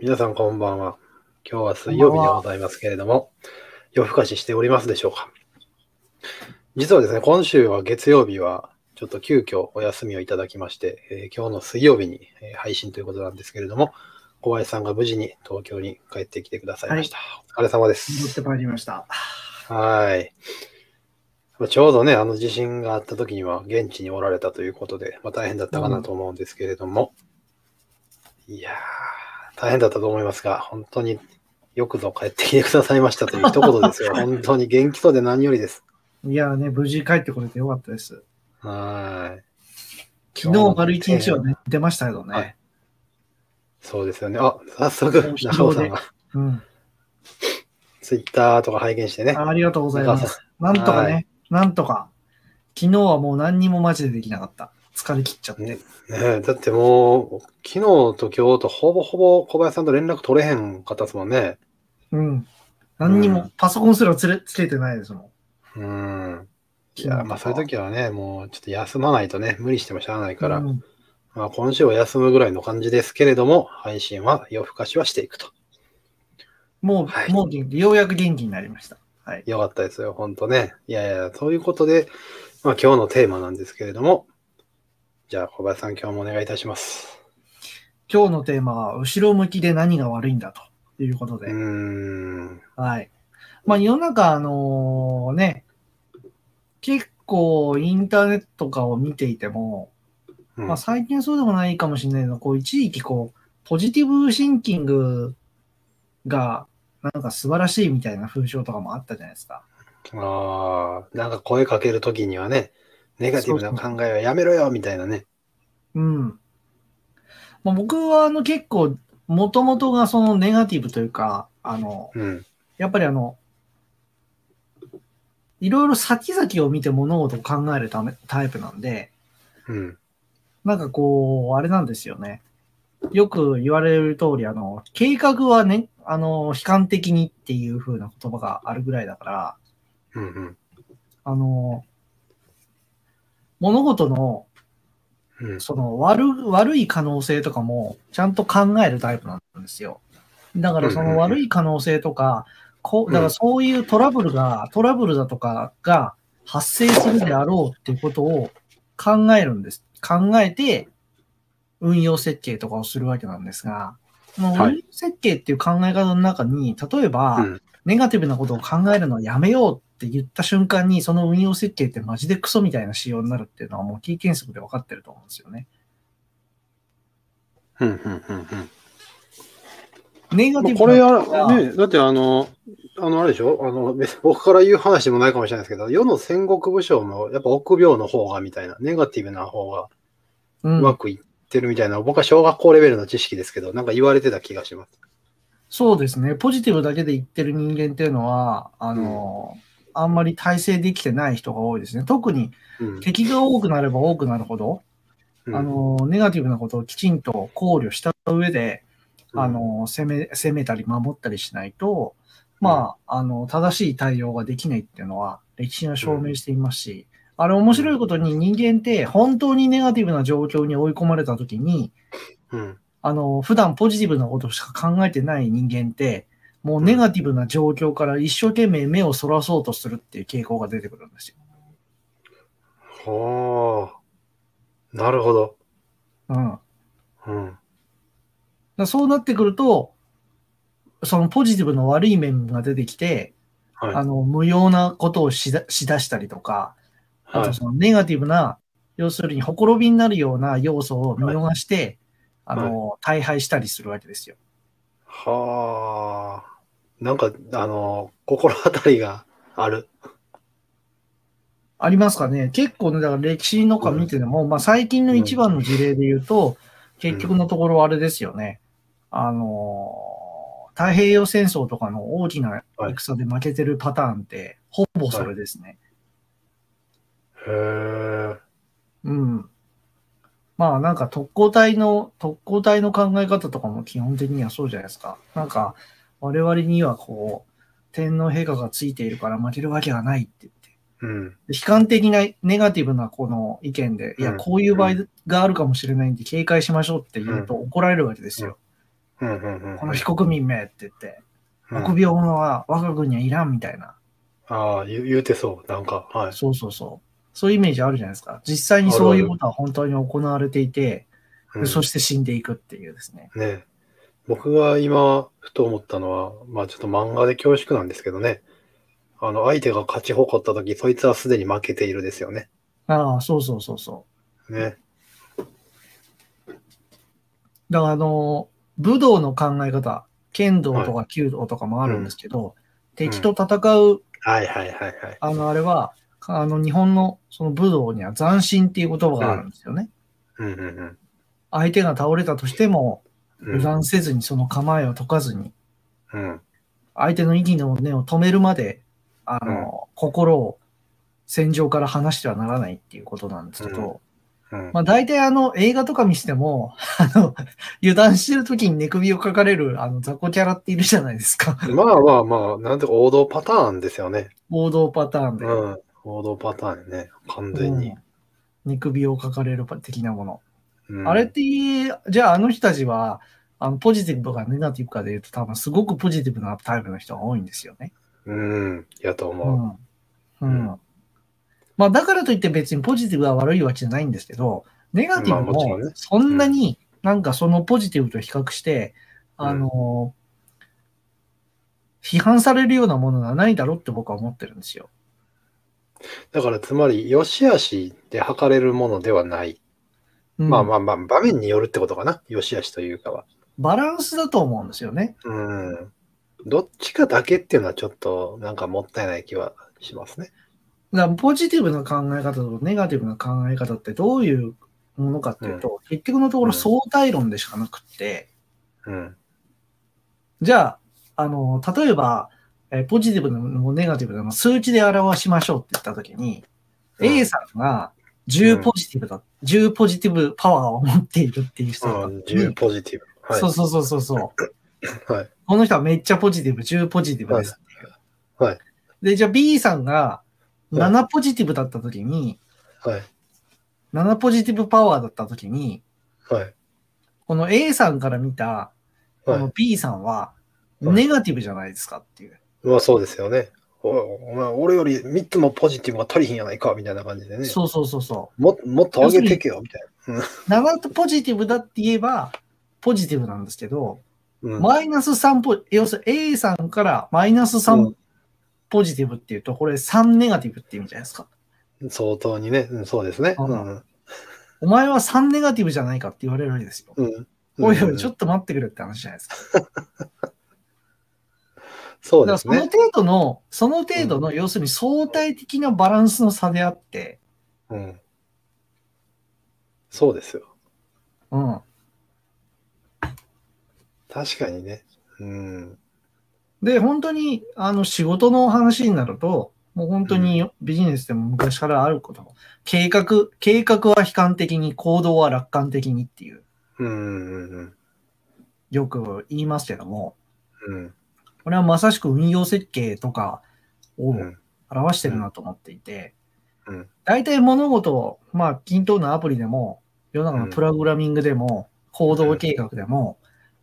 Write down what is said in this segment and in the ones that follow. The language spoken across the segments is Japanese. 皆さんこんばんは。今日は水曜日でございますけれども、夜更かししておりますでしょうか。実はですね、今週は月曜日は、ちょっと急遽お休みをいただきまして、えー今日の水曜日にえー配信ということなんですけれども、小林さんが無事に東京に帰ってきてくださいました。お疲れ様で戻っすて。まいりました。はい。まあちょうどね、あの地震があった時には現地におられたということで、まあ、大変だったかなと思うんですけれども、いやー、大変だったと思いますが、本当によくぞ帰ってきてくださいましたという一言です よ。本当に元気そうで何よりです。いやーね、無事帰ってこれてよかったです。はーい。昨日丸一日は、ね、出ましたけどね。はいそうですよね。あ、早速、貴中尾重さでんがうんツイッターとか拝見してね。あ。ありがとうございま中尾す。なんとかね、はなんとか。昨日はもう何にもマジでできなかった。疲れ切っちゃって。ねねえだってもう、昨日と今日とほぼほぼ小林さんと連絡取れへんかったですもんね。うん。何にうも、パソコンすらつれつけてないですもん。うん。い昨日とや、かまあそういう時はね、もうちょっと休まないとね、無理してもしゃあないから、うんまあ今週は休むぐらいの感じですけれども、配信は夜更かしはしていくと。もう、はいもう元気、ようやく元気になりました。はい。よかったですよ、ほんとね。いやいや、ということで、まあ今日のテーマなんですけれども、じゃあ小林さん今日もお願いいたします。今日のテーマは、後ろ向きで何が悪いんだということで。うーん。はい。まあ、世の中、あのね、結構インターネットとかを見ていても、うんまあ、最近そうでもないかもしれないけど、こう、一時期、こう、ポジティブシンキングが、なんか素晴らしいみたいな風潮とかもあったじゃないですか。ああ、なんか声かけるときにはね、ネガティブな考えはやめろよみたいなね。うん。まあ、僕は、あの、結構、もともとがそのネガティブというか、あの、うん。やっぱりあの、いろいろ先々を見て物事を考えるためタイプなんで、うん。なんかこう、あれなんですよね。よく言われる通り、あの、計画はね、あの、悲観的にっていう風な言葉があるぐらいだから、うんうん。あの、物事の、うん。その、悪、悪い可能性とかも、ちゃんと考えるタイプなんですよ。だからそうんうんうのん悪い可能性とか、こう、だからそういうトラブルが、トラブルだとかが発生するであろうっていうことを考えるんです。考えて、運用設計とかをするわけなんですが、このはい運用設計っていう考え方の中に、例えば、うんネガティブなことを考えるのはやめようって言った瞬間に、その運用設計ってマジでクソみたいな仕様になるっていうのはもう経験則で分かってると思うんですよね。うんうんうんうん。ネガテまあィこブれなは、ね、だってあの、あの、あれでしょあの、別に僕から言う話でもないかもしれないですけど、世の戦国武将も、やっぱ臆病の方がみたいな、ネガティブな方がううんまくいってるみたいな、僕は小学校レベルの知識ですけど、なんか言われてた気がします。そうですね。ポジティブだけで言ってる人間っていうのは、あの、あんまり体制できてない人が多いですね。特にうん。敵が多くなれば多くなるほど、うんあ、の、ネガティブなことをきちんと考慮した上で、うんあ、の、攻め、攻めたり守ったりしないと、まあ、あの、正しい対応ができないっていうのは、歴史が証明していますし、あれ面白いことに人間って本当にネガティブな状況に追い込まれた時に、うん。あの、普段ポジティブなことしか考えてない人間って、もうネガティブな状況から一生懸命目をそらそうとするっていう傾向が出てくるんですよ。はあ。なるほど。うん。だかうん。らそうなってくると、そのポジティブの悪い面が出てきて、はい。あの、無用なことをしだしだしたりとか、あはいとそのネガティブな、要するにほころびになるような要素を見逃して、あいの、大敗したりするわけですよ。はあ。なんか、あの、心当たりがある。ありますかね。結構ね、だから歴史のか見てても、まあ最近の一番の事例で言うと、結局のところあれですよね。あのー太平洋戦争とかの大きな戦で負けてるパターンって、ほぼそれですね。へえ。うん。まあなんか特攻隊の、特攻隊の考え方とかも基本的にはそうじゃないですか。なんか、我々にはこう、天皇陛下がついているから負けるわけがないって言って。うん。悲観的なネガティブなこの意見で、いや、うんこういう場合があるかもしれないんで警戒しましょうって言うと怒られるわけですよ。うんうんうん。この非国民名って言って、うん臆病者は我が軍にはいらんみたいな。ああ、言う言うてそう。なんか、はい。そうそうそう。そういうイメージあるじゃないですか。実際にそういうことは本当に行われていて、うんでそして死んでいくっていうですね。ね僕が今、ふと思ったのは、まあちょっと漫画で恐縮なんですけどね。あの、相手が勝ち誇ったとき、そいつはすでに負けているですよね。ああ、そうそうそうそね。う。だからあの、武道の考え方、剣道とか弓道とかもあるんですけど、敵と戦う、はいはいはいはい。あの、あれは、あの、日本のその武道には斬新っていう言葉があるんですよね。うんうん相手が倒れたとしても、うん。油断せずにその構えを解かずに、うん。相手の息の根を止めるまで、あの、心を戦場から離してはならないっていうことなんですけど、うん。まあ大体あの映画とか見しても、 あの、油断してる時に寝首をかかれるあの雑魚キャラっているじゃないですか。 まあまあまあ、なんていうか王道パターンですよね。王道パターンで。うん。王道パターンね。完全にう。ん寝首をかかれる的なもの。うんあれって、じゃああの人たちは、あのポジティブかネガティブかで言うと多分すごくポジティブなタイプの人が多いんですよね。うん。やとう思ん。うん。まあだからといって別にポジティブが悪いわけじゃないんですけど、ネガティブまあもちろもんねそんなになんかそのポジティブと比較して、うんあのー、批判されるようなものがないだろうって僕は思ってるんですよ。う。だから、つまり、良し悪しで測れるものではない。まあまあ。あまあ、場面によるってことかな。良し悪しというかは。バランスだと思うんですよね。うん。どっちかだけっていうのはちょっとなんかもったいない気はしますね。だからポジティブな考え方とネガティブな考え方ってどういうものかっていうと、結局のところ相対論でしかなくって、うん。じゃあ、あの、例えば、えーポジティブでもネガティブでも数値で表しましょうって言ったときに、うん A さんが10ポジティブだ、10ポジティブパワーを持っているっていう人だったうのん、に10ポジティブ。はい。そうそうそうそうそう。はいこの人はめっちゃポジティブ、10ポジティブですっていう。はいはいで、じゃあ B さんがはい7ポジティブだったときに、はい。 7ポジティブパワーだったときに、はい。この A さんから見たこはの B さんははいネガティブじゃないですかっていう。い。まあそうですよね。おお前、俺より3つもポジティブが足りひんやないか、みたいな感じでね。そうそうそうそう。ももっと上げてけよ、みたい7とポジティブだって言えば、ポジティブなんですけど、な。うん。マイナス3ポ、要するに A さんからマイナスう3んポジティブっていうと、これ3ネガティブって意味じゃないですか。相当にね。うん、そうですね。ううんん。お前は3ネガティブじゃないかって言われるわけですよ。うん。おいおい、ちっと。ょっと待ってくれって話じゃないですか。そうでだからすそのね。程度の、その程度の、要するに相対的なバランスの差であって、うん。そうですよ。うん。確かにね。うん。で、本当に、あの、仕事の話になると、もう本当にビジネスでも昔からあること。計画、計画は悲観的に、行動は楽観的にっていう、うん。うん。よく言いますけども、うん。これはまさしく運用設計とかをうん。表してるなと思っていてうんうん、大体物事を、まあ、均等なアプリでも、世の中のプログラミングでも、行動計画でも、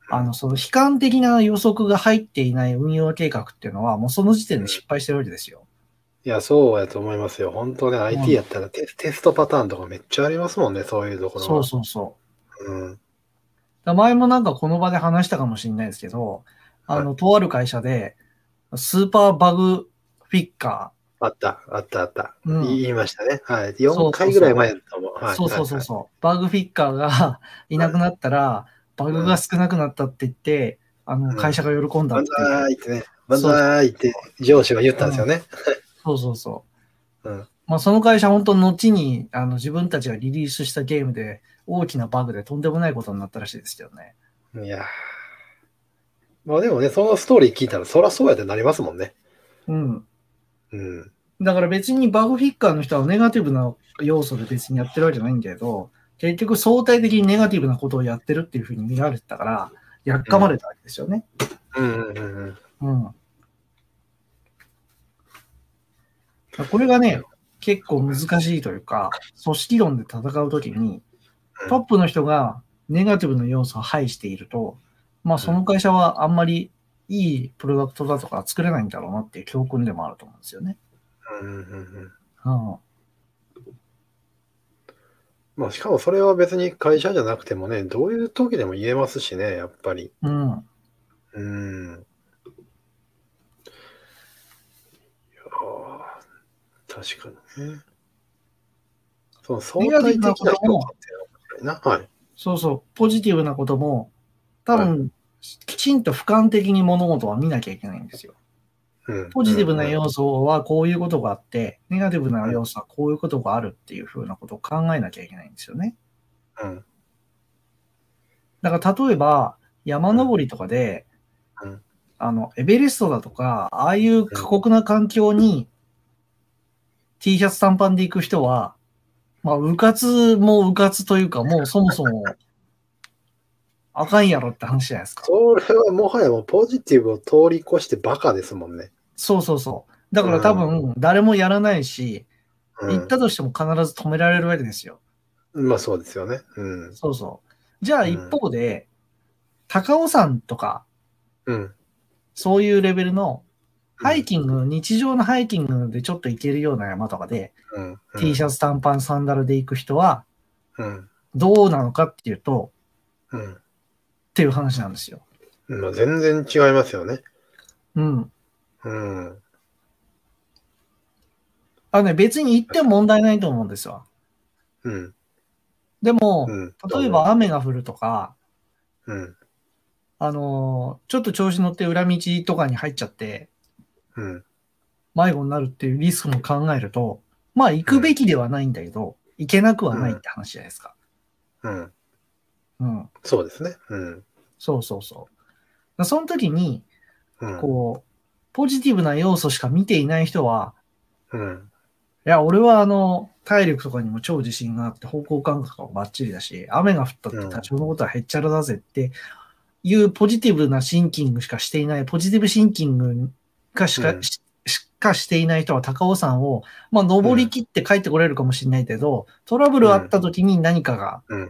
うんあの、その悲観的な予測が入っていない運用計画っていうのは、もうその時点で失敗してるわけですよ。いや、そうやと思いますよ。本当ね、IT やったらテ,、テストパターンとかめっちゃありますもんね、そういうところそうは。そうそう。う。うん。だから前もなんかこの場で話したかもしれないですけど、あの、とある会社で、スーパーバグフィッカあった、あった、あった。うん言いましたね。はい。うそう4回ぐらい前だと思う。ー、はい。そうそうそうはいそう、バグフィッカーが いなくなったら、バグが少なくなったって言って、あうの、ん会社が喜んだっバンて、ザーイってね、バンザーイって上司が言ったんですよね。そうそうそう。うん。まあ、その会社本当後に、あの、自分たちがリリースしたゲームで、大きなバグでとんでもないことになったらしいですけどね。いやーまあでもね、そのストーリー聞いたら、そらそうやってなりますもんね。うん。うん。だから別にバグフィッカーの人はネガティブな要素で別にやってるわけじゃないんだけど、結局相対的にネガティブなことをやってるっていうふうに見られてたから、やっかまれたわけですよね。うんうんうんうん。うん。これがね、結構難しいというか、組織論で戦うときに、トップの人がネガティブな要素を排していると、まあその会社はあんまりいいプロダクトだとか作れないんだろうなっていう教訓でもあると思うんですよね。うんうんうんうん、まあ、しかもそれは別に会社じゃなくてもね、どういう時でも言えますしね、やっぱり。うん、うん。いやー確かにね。その相対的な評価っていうのが面白いな。はい。そうそう、ポジティブなことも、多分、きちんと俯瞰的に物事は見なきゃいけないんですよ。うん、ポジティブな要素はこういうことがあって、ネガティブな要素はこういうことがあるっていうふうなことを考えなきゃいけないんですよね。うん。だから例えば、山登りとかでうん、あの、エベレストだとか、ああいう過酷な環境に、T シャツ短パンで行く人は、まあ、うかつもうかつというか、もうそもそも、あかんやろって話じゃないですか。それはもはやもうポジティブを通り越してバカですもんね。そうそうそう。だから多分、誰もやらないし、うん、行ったとしても必ず止められるわけですよ。まあそうですよね。うん。そうそう。じゃあうん一方で、高尾山とか、うん。そういうレベルの、ハイキング、日常のハイキングでちょっと行けるような山とかで、うん。 T ャシャツ、短パン、サンダルで行く人は、ツ。うん。どうなのかっていうと、うん。っていう話なんですよ。まあ全然違いますよね。うん。うん。あのね、別に行っても問題ないと思うんですよ。うん。でもう、ん。例えば、雨が降るとか、うん。あのーちょっと調子乗って裏道とかに入っちゃって、うん。迷子になるっていうリスクも考えると、まあ行くべきではないんだけど、行けなくはないって話じゃないですか。うん。うん。そうですね。うん。そうそうそう。だからその時に、うん。こう、ポジティブな要素しか見ていない人は、うん。いや、俺はあの、体力とかにも超自信があって、方向感覚もバッチリだし、雨が降ったって多少のことはへっちゃらだぜっていうポジティブなシンキングしかしていない、ポジティブシンキングかしか、うんししかしていない人は高尾山を、まあ、登り切って帰ってこれるかもしれないけど、トラブルあった時に何かがうん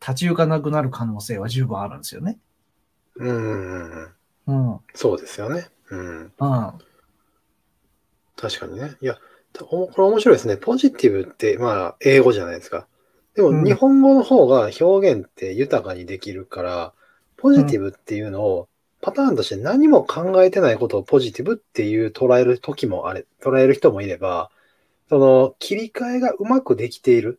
立ち行かなくなる可能性は十分あるんですよね。うん。うん。うん。うん。そうですよね。うん。あ確かにね。いや、たおもこれ面白いですね。ポジティブって、まあ、英語じゃないですか。でうも、ん日本語の方が表現って豊かにできるから、ポジティブっていうのを、パターンとして何も考えてないことをポジティブっていう捉える時もあれ、捉える人もいれば、その切り替えがうまくできている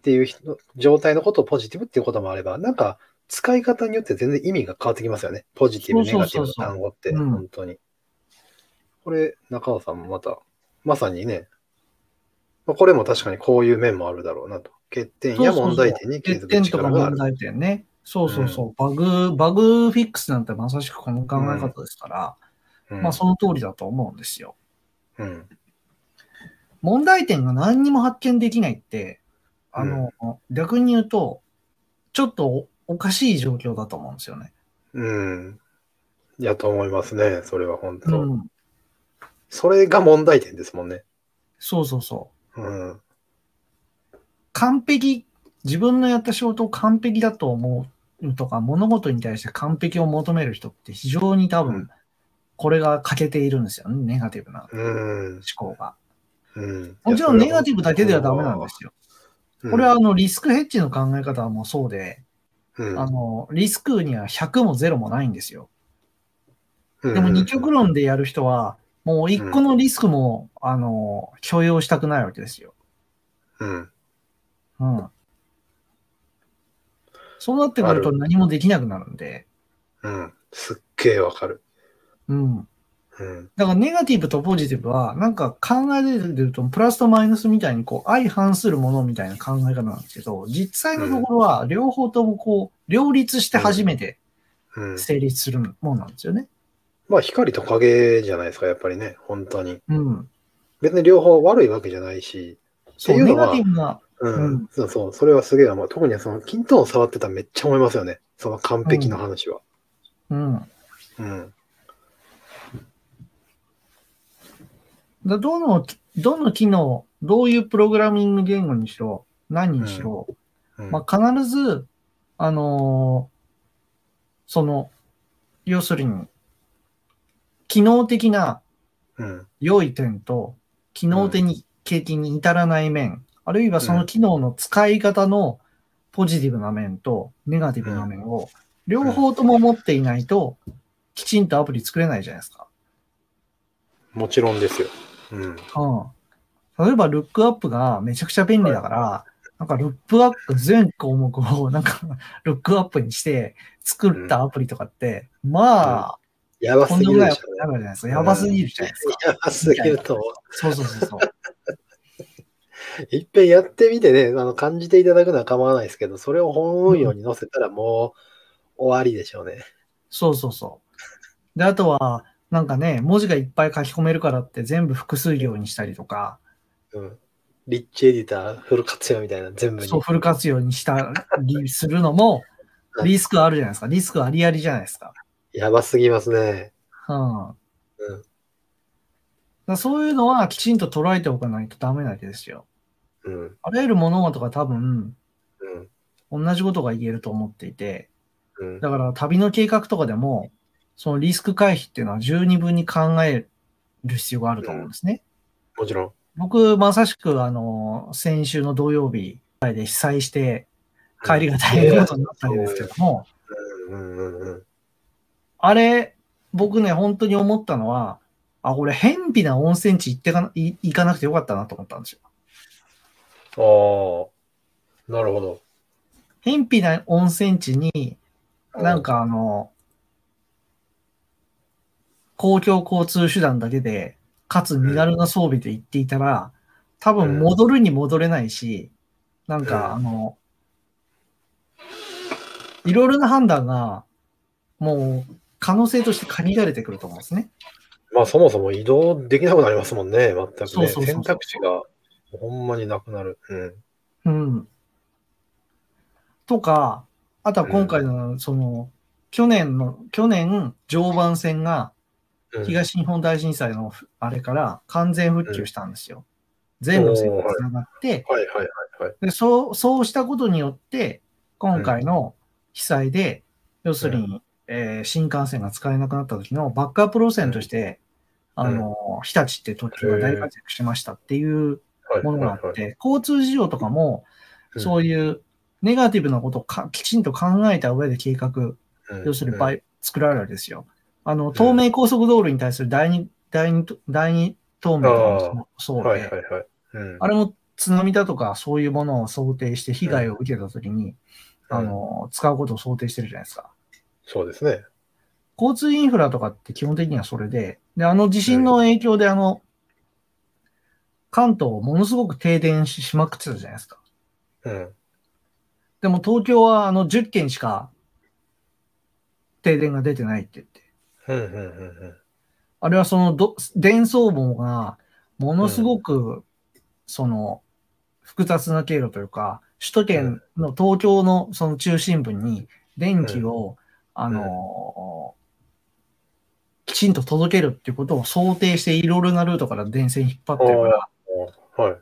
っていう人状態のことをポジティブっていうこともあれば、なんか使い方によって全然意味が変わってきますよね。ポジティブ、ネそうガテそィうブそうのそう単語って、うん本当に。これ、中尾さんもまた、まさにね、まあこれも確かにこういう面もあるだろうなと。欠点や問題点に気づ欠く点とか力があ問る。題点ね。そうそうそう。バグ、バグフィックスなんてまさしくこの考え方ですから、うんまあその通りだと思うんですよ。うん問題点が何にも発見できないって、あの、逆に言うと、ちょっとおおかしい状況だと思うんですよね。うん。やと思いますね。それは本当。うんそれが問題点ですもんね。そうそうそう。うん。完璧、自分のやった仕事を完璧だと思うとか、物事に対して完璧を求める人って非常に多うん分、これが欠けているんですよね。ネガティブなうん。思考が。うん。もちろんネガティブだけではダメなんですよ。ブこれはあのリスクヘッジの考え方はもうそうで、うん、あの、リスクには100も0もないんですよ。うん、でも二極論でやる人は、もう一個のリスクも、あの、許容したくないわけですよ。うん。うん。そうなってくるとあ何もできなくなるんで、うん。すっげえわかる。うん。うん。だからネガティブとポジティブは、なんか考えてると、プラスとマイナスみたいに、こう、相反するものみたいな考え方なんですけど、実際のところは、両方ともこう、両立して初めてうん。成立するもんなんですよね。まあ、光と影じゃないですか、やっぱりね。本当に。うん。別に両方悪いわけじゃないし。そってう、いネうのはガティブな、うん。うんそうそう。それはすげえ思う。特にその、均等を触ってたらめっちゃ思いますよね。その完璧の話は。うん。うん。だどの、どの機能、どういうプログラミング言語にしろ、何にしろ、うん。まあ、必ず、あのーその、要するに、機能的なうん。良い点と、機能的に景気に至らない面、あるいはその機能の使い方のポジティブな面とネガティブな面を、両方とも持っていないと、きちんとアプリ作れないじゃないですか。もちろんですよ。うん。うん。例えば、ルックアップがめちゃくちゃ便利だから、なんか、ルックアップ全項目を、なんか、 ルックアップにして作ったアプリとかって、まやあ、ばこすんぎなるぐらいでやしょうね。ばいじゃないですか。やばすぎるじゃないです か。やばすぎると思う。そうそうそうそう。いっぺんやってみてね、あの感じていただくのは構わないですけど、それを本運用に載せたらもう終わりでしょうね。そうそうそう。で、あとは、なんかね、文字がいっぱい書き込めるからって全部複数行にしたりとか、うん。リッチエディターフル活用みたいな全部に。そう、フル活用にしたりするのも、リスクあるじゃないですか。リスクありありじゃないですか。やばすぎますね。うん。うんだからそういうのはきちんと捉えておかないとダメなわけですよ。うん。あらゆる物事が多分、うん。同じことが言えると思っていて、うん。だから旅の計画とかでも、そのリスク回避っていうのは十二分に考える必要があると思うんですね。もちろん。僕、まさしく、あの、先週の土曜日ぐらいで被災して、帰りが大変なことになったんですけども、うんうんうんうん。あれ、僕ね、本当に思ったのは、あ、俺、偏僻な温泉地行ってかな、い行かなくてよかったなと思ったんですよ。ああ。なるほど。偏僻な温泉地に、なんかあの、公共交通手段だけで、かつ身軽な装備で行っていたら、多分戻るに戻れないし、なんかあの、いろいろな判断が、もう可能性として限られてくると思うんですね。まあそもそも移動できなくなりますもんね、全くね。そうそうそうそう選択肢がほんまになくなる。うん。うん。とか、あとは今回の、その、去年の、去年、常磐線がうん、東日本大震災のふあれから完全復旧したんですよ。全路線がつながって、はいはいはいはい。でそう、そうしたことによって、今回の被災で、要するに、えー新幹線が使えなくなった時のバックアップ路線として、んあの、日立って特急が大活躍しましたっていうはいものがあっはいはいて、交通事情とかも、うんそういうネガティブなことをかきちんと考えた上で計画、うん要するにうん倍作られるわけですよ。あの、東名高速道路に対する第二、第二、第二東名とかもそうで、はいはいはい。うんあれも津波だとかそういうものを想定して被害を受けたときに、あ、の、使うことを想定してるじゃないですか。そうですね。交通インフラとかって基本的にはそれで、で、あの地震の影響であの、関東ものすごく停電ししまくってたじゃないですか。うん。でも東京はあの10件しか停電が出てないって言って。うんうんうんあれはそのど伝送網がものすごくその複雑な経路というか、首都圏の東京のその中心部に電気を、あのーきちんと届けるっていうことを想定していろいろなルートから電線引っ張ってるから、うん。はい。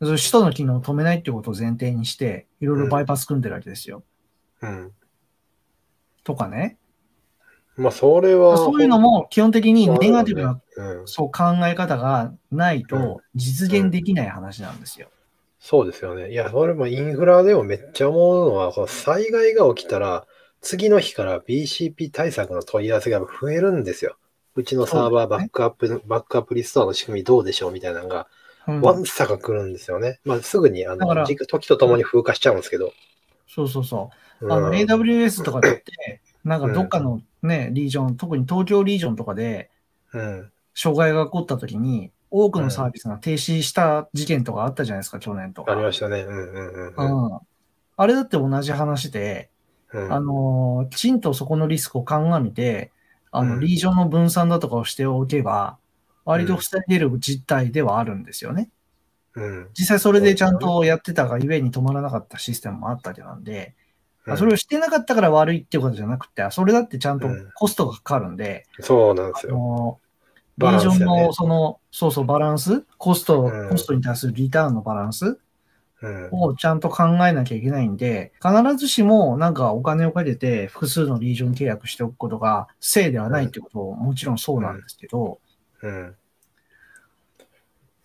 その首都の機能を止めないっていうことを前提にして、いろいろバイパス組んでるわけですよ。うん。とかね。まあそれは。そういうのも基本的にネガティブなうん。そう考え方がないと実現できない話なんですよ。そうですよね。いや、それもインフラでもめっちゃ思うのは、この災害が起きたら、次の日から BCP 対策の問い合わせが増えるんですよ。うちのサーバーバックアップ、バックアップリストアの仕組みどうでしょうみたいなのが、うんわんさか来るんですよね。まあ、すぐに、あだからの、時時とともに風化しちゃうんですけど。そうそうそうう。んあの AWS とか だって、なんかどっかのね、リージョン、特に東京リージョンとかでうん。障害が起こった時に、多くのサービスが停止した事件とかあったじゃないですか、去年とあか。りましたね。うんうんうんううん。ん。あれだって同じ話で、うんあのー、きちんとそこのリスクを鑑みて、あうの、んリージョンの分散だとかをしておけば、割と防げる実態ではあるんですよね。うん。実際それでちゃんとやってたがゆえに止まらなかったシステムもあったわけなんで、あそれをしてなかったから悪いっていうことじゃなくて、あそれだってちゃんとうんコストがかかるんで、そうなんですあよ。のリバラーンスジよョねンのその、そうそう、バランス、コスト、うんコストに対するリターンのバランス、うん。をちゃんと考えなきゃいけないんで、必ずしもなんかお金をかけて複数のリージョン契約しておくことが正ではないってことももちろんそうなんですけど、うん。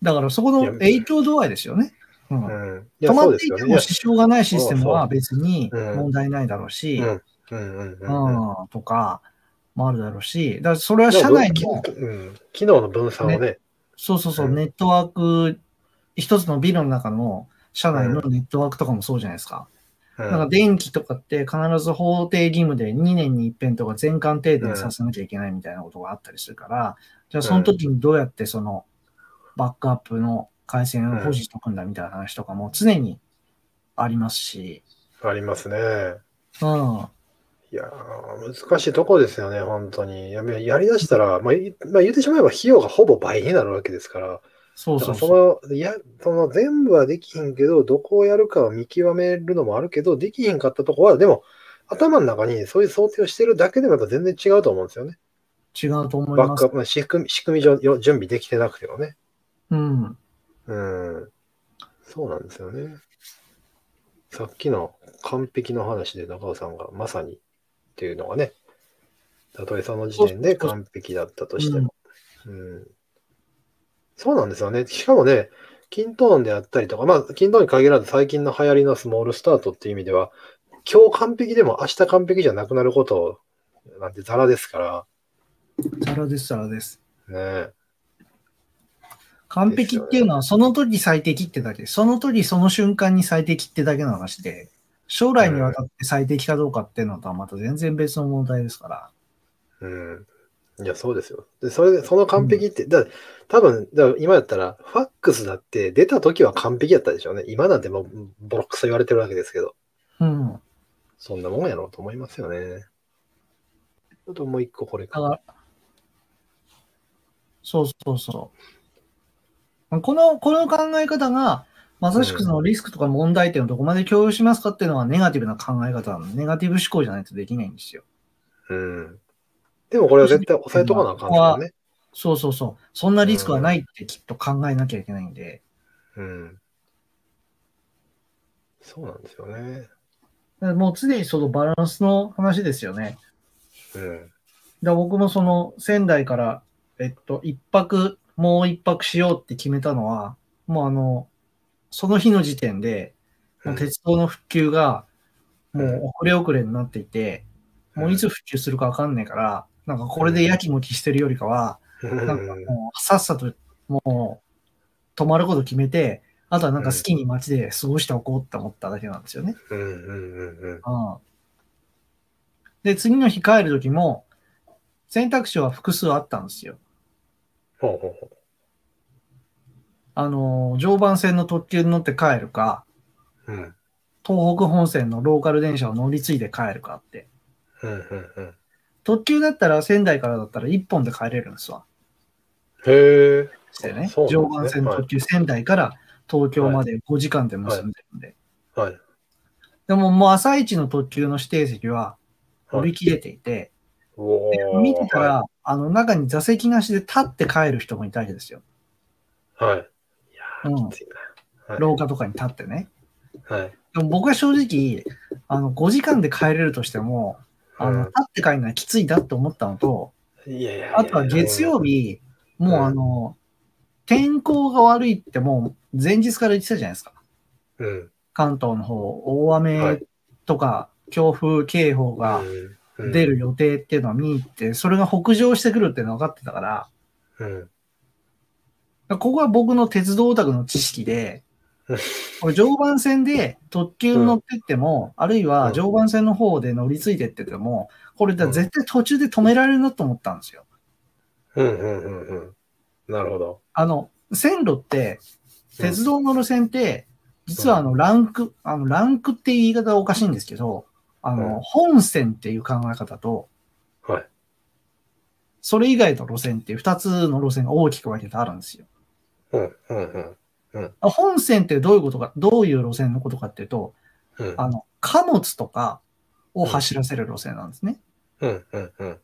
だからそこの影響度合いですよね。うんうん。い止や、まそうっでてすいよてね。いやも支障がないシステムはそう別にうん問題ないだろうし、うん。うんうんううんうん。ん、とかもあるだろうし、だからそれは社内の、うん。機能の分散をね。そうそうそう、うんネットワーク、一つのビルの中の社内のネットワークとかもそうじゃないですか。うんなんか電気とかって必ず法定義務で2年に一遍とか全館停電させなきゃいけないみたいなことがあったりするから、じゃあその時にどうやってそのバックアップの回線を保持しとくんだみたいな話とかも常にありますし、ありますね。うん、いやー、難しいとこですよね、本当に。やめやりだしたら、まあ、いまあ、言ってしまえば費用がほぼ倍になるわけですから、そうだかそらうそう。その、いや、その全部はできひんけど、どこをやるかを見極めるのもあるけど、できひんかったとこは、でも、頭の中にそういう想定をしてるだけでまた全然違うと思うんですよね。違うと思いバッまクアすッ。プの仕組み、仕組み上、よ準備できてなくてもね。うん。うん。そうなんですよね。さっきの完璧の話で中尾さんがまさにっていうのがね、たとえその時点で完璧だったとしても。うん。そうなんですよね。しかもね、キントーンであったりとか、まあ、キントーンに限らず最近の流行りのスモールスタートっていう意味では、今日完璧でも明日完璧じゃなくなることなんてザラですかざらです、ざらです。ら、ね。完璧っていうのは、その時最適ってだけ。その時、その瞬間に最適ってだけの話で、将来にわたって最適かどうかっていうのとはまた全然別の問題ですから。うん。いや、そうですよ。で、それで、その完璧って、だ多分だから今だったら、ファックスだって出た時は完璧やったでしょうね。今なんてもう、ボロクソ言われてるわけですけど、うん。だそんなもんやろうと思いますよね。ちょっともう一個これかか。ら、そうそうそう。この、この考え方が、まさしくそのリスクとか問題点をどこまで共有しますかっていうのはネガティブな考え方なの、ネガティブ思考じゃないとできないんですよ。うん。でもこれは絶対抑えとかなあかんからね。そうそうそう。そんなリスクはないってきっと考えなきゃいけないんで。うん。そうなんですよね。だからもう常にそのバランスの話ですよね。うん。だから僕もその仙台から、えっと、一泊、もう一泊しようって決めたのは、もうあの、その日の時点で、もう鉄道の復旧が、もう遅れ遅れになっていて、もういつ復旧するかわかんないから、なんかこれでやきもきしてるよりかは、うん、なんかもうさっさと、もう、泊まること決めて、あとはなんか好きに街で過ごしておこうって思っただけなんですよね。うんうんうんうん。うんで、次の日帰る時も、選択肢は複数あったんですよ。ほうほうほあの、常磐線の特急に乗って帰るか、う。うん。東北本線のローカル電車を乗り継いで帰るかって。うんうんうん。特急だったら、仙台からだったら1本で帰れるんですわ。へえ。してねそう。なん常で磐すね線の特急、仙台から東京まで5時間で結んでるんで。はい。でももう朝一の特急の指定席ははい売り切れていて、おでー見てたら、あの中に座席なしで立って帰る人もいたわけですよ。はい。いやうんー、きついな。廊下とかに立ってね。はい。はい。でも僕は正直、あの、5時間で帰れるとしても、あうんの、立って帰るのはきついだって思ったのと、いやいやいやあとは月曜日、もうあの、天候が悪いってもう前日から言ってたじゃないですか。うん。関東の方、大雨とか強風警報がうん出。る予定っていうのは見に行って、それが北上してくるっていうの分かってたから、うん。ここは僕の鉄道オタクの知識で、これ常磐線で特急に乗ってっても、あるいは常磐線の方で乗り継いでってても、これだ絶対途中で止められるなと思ったんですよ。うんうんうんうん。なるほど。あの、線路って、鉄道の路線って、実はあの、ランク、あの、ランクって言い方はおかしいんですけど、あうんの、本線っていう考え方と、はい。それ以外の路線っていう二つの路線が大きく分けてあるんですよ。うんうんうん。本線ってどういうことか、どういう路線のことかっていうと、うんあの、貨物とかを走らせる路線なんですね。うんうんうん。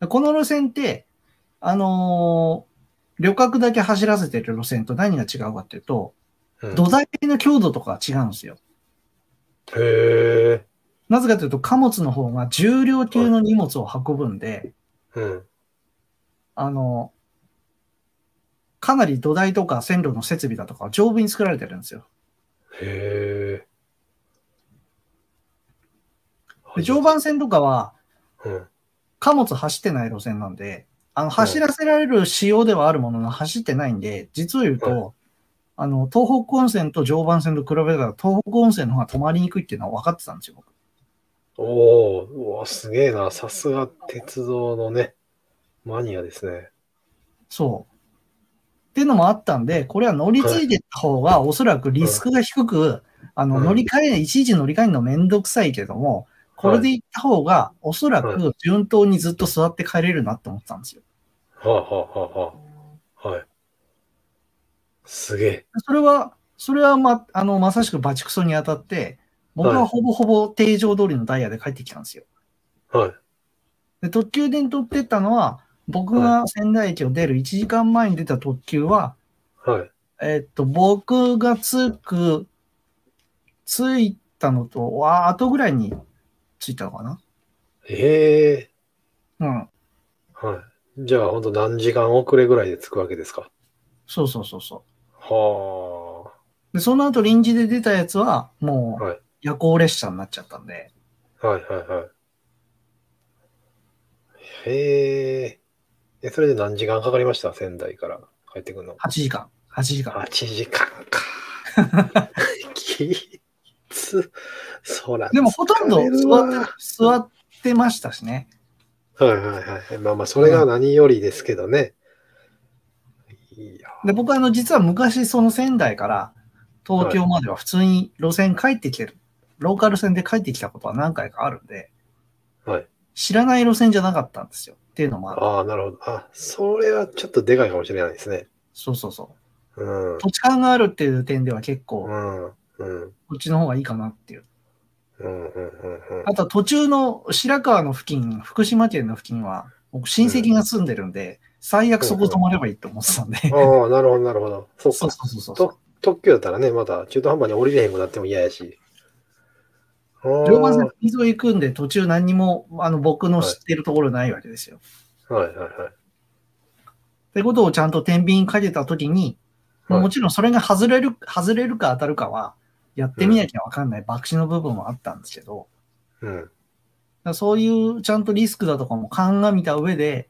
でこの路線って、あのー旅客だけ走らせてる路線と何が違うかっていうと、うん土台の強度とか違うんですよ。へえ。なぜかというと、貨物の方が重量級の荷物を運ぶんで、うん。あの、かなり土台とか線路の設備だとかは丈夫に作られてるんですよ。へえ。で常磐線とかはうん。貨物走ってない路線なんで、あの走らせられる仕様ではあるものの走ってないんで、実を言うと、あの、東北温泉と常磐線と比べたら東北温泉の方が止まりにくいっていうのは分かってたんですよ、僕おお、うわ、すげえな。さすが鉄道のね、マニアですね。そう。っていうのもあったんで、これは乗り継いでった方が、おそらくリスクが低く、あの、うん乗り換え、いちいち乗り換えるのめんどくさいけども、これで行った方が、おそらはく順当にずっと座って帰れるなって思ってたんですよ。はあ、はあはあはあ、はい。すげえ。それは、それはま、あの、まさしくバチクソに当たって、僕ははいほぼほぼ定常通りのダイヤで帰ってきたんですよ。はい。で、特急で取ってったのは、僕が仙台駅を出る1時間前に出た特急は、はい。えっと、僕が着く、着いたのと、わあとぐらいに着いたのかなええ。うん。はい。じゃあ、ほんと何時間遅れぐらいで着くわけですか。そうそうそうそはう。で、その後臨時で出たやつは、も、はいう夜行列車になっちゃったんで、あ。はいはいはい。へえ。え、それで何時間かかりました仙台から帰ってくるの。 8時間、8時間。 8時間か。 きつ。そら。でも、ほとんど疲れる座っわ座ってましたしね。はいはいはい。まあまあ、それが何よりですけどね。いや。で、僕はあの、実は昔、その仙台から東京までは普通に路線帰ってきてる。ローカル線で帰ってきたことは何回かあるんで、はい。知らない路線じゃなかったんですよ。っていうのもある。ああ、なるほど。あ、それはちょっとでかいかもしれないですね。そうそうそう。うん。土地勘があるっていう点では結構、うこん。うん。っちの方がいいかなっていう。うん。うん。うん。あとは途中の白川の付近、福島県の付近は、僕親戚が住んでるんで、最悪そこ泊まればいいと思ってたんで。ああ、なるほど、なるほど。そそううか。そうそうそうと。特急だったらね、まだ中途半端に降りれへんくなっても嫌やし。ああ常磐線海沿い行くんで、途中何にも、あの、僕の知ってるところないわけですよ。はいはいはい。ってことをちゃんと天秤にかけたときに、はいもちろんそれが外れる、外れるか当たるかは、やってみなきゃわかんない爆死の部分はあったんですけど、うん。だからそういうちゃんとリスクだとかも鑑みた上で、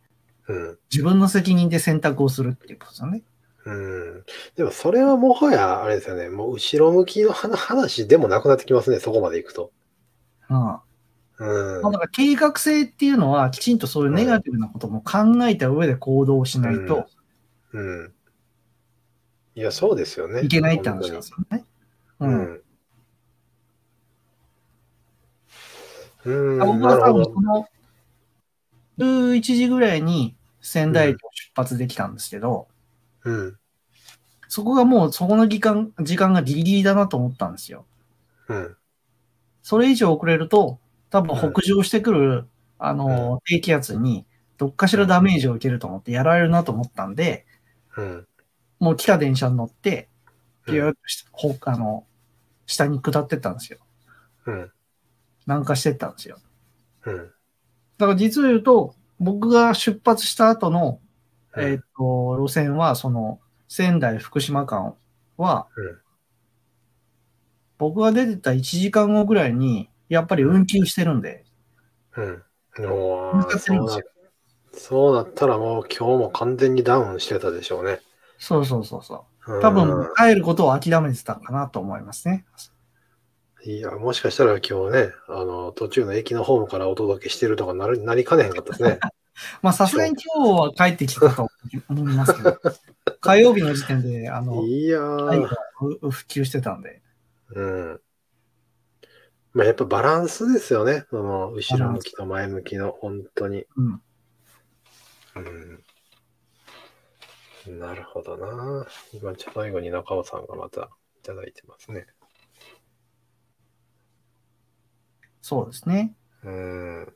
うん。自分の責任で選択をするっていうことですよね。うん。でもそれはもはや、あれですよね、もう後ろ向きの話話でもなくなってきますね、そこまで行くと。うん。まうんあ、だ。から計画性っていうのは、きちんとそういうネガティブなことも考えた上で行動をしないとうん。いや、そうですよね。いけないって話なんですよね。う本ん。当にうん。うん。僕なはる多ほ分どそ。の、11時ぐらいに仙台駅を出発できたんですけど、うん。そこがもうそこの時間、時間がギリギリだなと思ったんですよ。うん。それ以上遅れると、多分北上してくる、あの、低気圧に、どっかしらダメージを受けると思ってやられるなと思ったんで、うん。もう来た電車に乗って、うピューんッとしほあの、下に下ってったんですよ。うん。南下してったんですよ。うん。だから実を言うと、僕が出発した後の、うんえっ、と、路線は、その、仙台、福島間は、うん僕が出てた1時間後ぐらいに、やっぱり運休してるんで、うん。向おかーってるそんうですなよ。そうなったらもう今日も完全にダウンしてたでしょうね。そうそうそうそう。うん多分帰ることを諦めてたかなと思いますね。いや、もしかしたら今日ね、あの、途中の駅のホームからお届けしてるとかなるなりかねへんかったですね。まあさすがに今日は帰ってきたと思いますけ ど、火曜日の時点 で、あの、いやはいー、う普及してたんで、うん。まあ、やっぱバランスですよね。その、後ろ向きと前向きの、本当に。うん。うん。なるほどな。今、ちょっと最後に中尾さんがまたいただいてますね。そうですね。うん。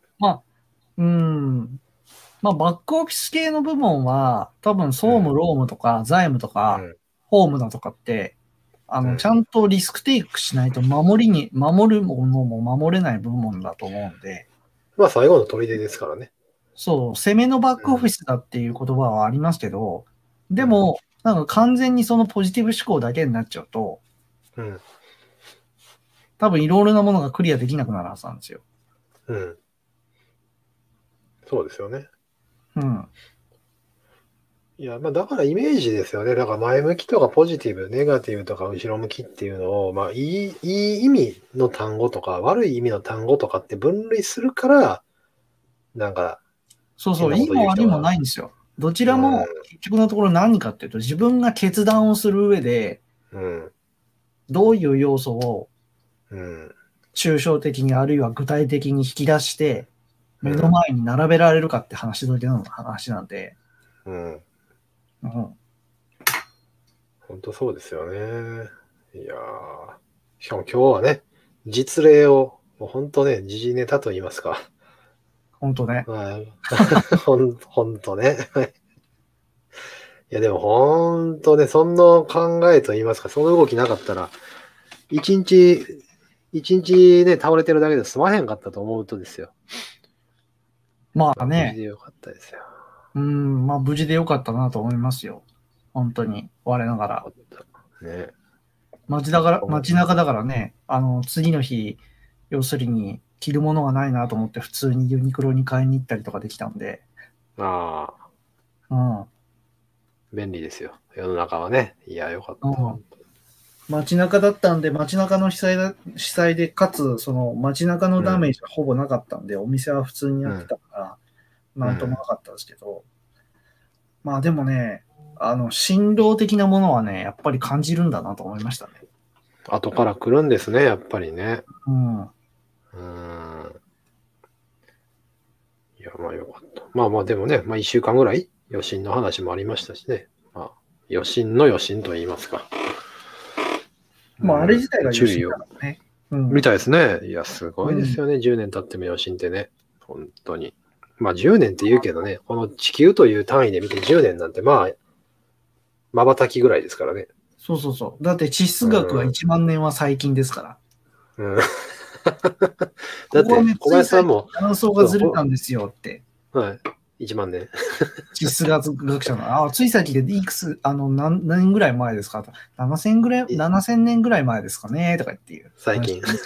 うん。まあバックオフィス系の部門は、多分総務、労務とか財務とか、うん法務だとかって、あうの、んちゃんとリスクテイクしないと守りに、守るものも守れない部門だと思うんで、まあ、最後の砦ですからね。そう、攻めのバックオフィスだっていう言葉はありますけど、でも、なんか完全にそのポジティブ思考だけになっちゃうと、うん。多分いろいろなものがクリアできなくなるはずなんですよ。うん。そうですよね。うん。いや、まあ、だからイメージですよね。だから前向きとかポジティブ、ネガティブとか後ろ向きっていうのを、まあ、いい、いい意味の単語とか、悪い意味の単語とかって分類するから、なんか、そうそう、そんないいこと言う人もは悪いもないんですよ。どちらもう結局のところ何かっていうと、自分が決断をする上で、うん、どういう要素をうん、抽象的にあるいは具体的に引き出して、目の前に並べられるかって話だけの話なんで、うん。うん、本当そうですよね。いやーしかも今日はね、実例を、もう本当ね、時事ネタと言いますか。本当ね。はい。 ほん、ほんとね。いや、でもほんとね、そんな考えと言いますか、その動きなかったら、一日、一日ね、倒れてるだけで済まへんかったと思うとですよ。まあ無事ね、でよかったですよ。うん、まあ無事でよかったなと思いますよ。本当に、我ながら。ね。街だから、街中だからね、あの、次の日、要するに、着るものがないなと思って、普通にユニクロに買いに行ったりとかできたんで、ああ、うん。便利ですよ。世の中はね。いや、よかった。うん街中だったんで、街中の被災だ被災で、かつ、その街中のダメージがほぼなかったんで、お店は普通にやってたから、なんともなかったですけど、まあでもね、あの、振動的なものはね、やっぱり感じるんだなと思いましたね。後から来るんですね、やっぱりね。うん。うーん。いや、まあよかった。まあまあでもね、まあ一週間ぐらい余震の話もありましたしね。まあ、余震の余震と言いますか。まあ、あれ自体が注余意震をだ。からね。うん。みたいですね。いや、すごいですよね。10年経っても余震ってね。本当に。まあ10年って言うけどね、この地球という単位で見て10年なんてまあ、瞬きぐらいですからね。そうそうそう。だって、地質学は1万年は最近ですから。うん。だ ってここはね、小林さんも、断層がずれたんですよって。はい、1万年。地質学者の、あ、つい先でいくつ、あの、何何年ぐらい前ですかと ?7000 ぐらい、7000年ぐらい前ですかねとか言っていう。最近話。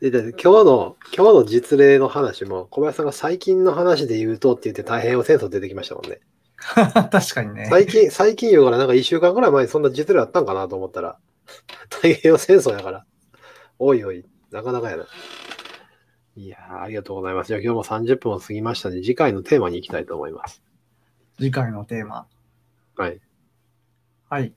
で、だって今日の、今日の実例の話も、小林さんが最近の話で言うとって言って太平洋戦争出てきましたもんね。 確かにね。最近、最近言うからなんか1週間ぐらい前にそんな実例あったんかなと思ったら、太平洋戦争やから。おいおい、なかなかやな。いやー、ありがとうございます。じゃあ今日も30分を過ぎましたので、次回のテーマに行きたいと思います。次回のテーマ。はい。はい。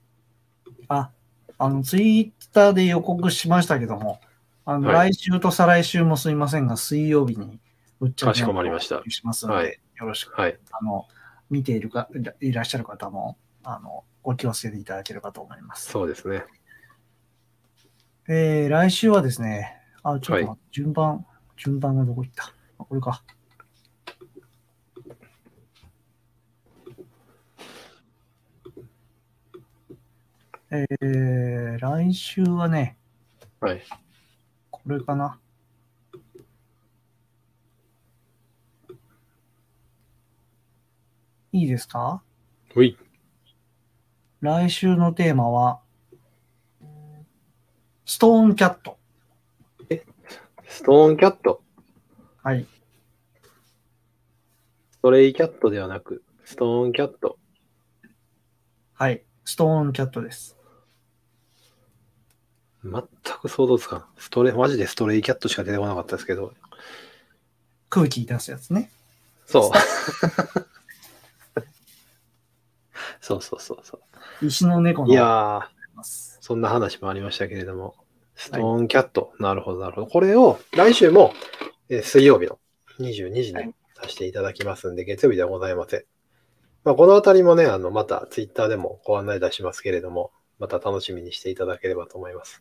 あ、あの、ツイッターで予告しましたけども、あの、は来週と再来週もすいませんが、水曜日に、ぶっちゃけかしこまりましたお送しますので、はいよろしく、はい。あの、見ているか、いらっしゃる方も、あの、お気をつけていただければと思います。そうですね。えー、来週はですね、あ、ちょっと待って、は順番、順番がどこ行ったあこれか。えー、来週はね、はい。これかな。いいですかほい。来週のテーマは、ストーンキャット。ストーンキャット。はい。ストレイキャットではなく、ストーンキャット。はい。ストーンキャットです。全く想像つかん。ストレ、マジでストレイキャットしか出てこなかったですけど。空気出すやつね。 そう。そうそうそうそ石の猫う。いの。やー、ますそんな話もありましたけれども、ストーンキャット。なるほど、なるほど。これを来週も、えー水曜日の22時はにいさせていただきますんで、月曜日ではございません。まあ、このあたりもね、あの、またツイッターでもご案内出しますけれども、また楽しみにしていただければと思います。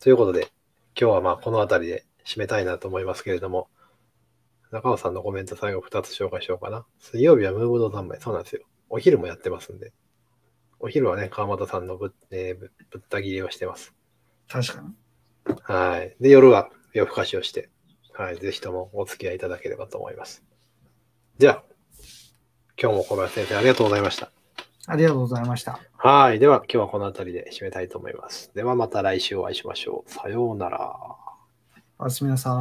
ということで、今日はまあこのあたりで締めたいなと思いますけれども、中尾さんのコメント最後2つ紹介しようかな。水曜日はムーブド三昧。そうなんですよ。お昼もやってますんで。お昼はね、川本さんのぶ,、えーぶぶった切りをしてます。確かに。はい。で、夜は夜更かしをして、はい。ぜひともお付き合いいただければと思います。じゃあ、今日も小林先生ありがとうございました。ありがとうございました。はい。では、今日はこの辺りで締めたいと思います。では、また来週お会いしましょう。さようなら。おやすみなさい。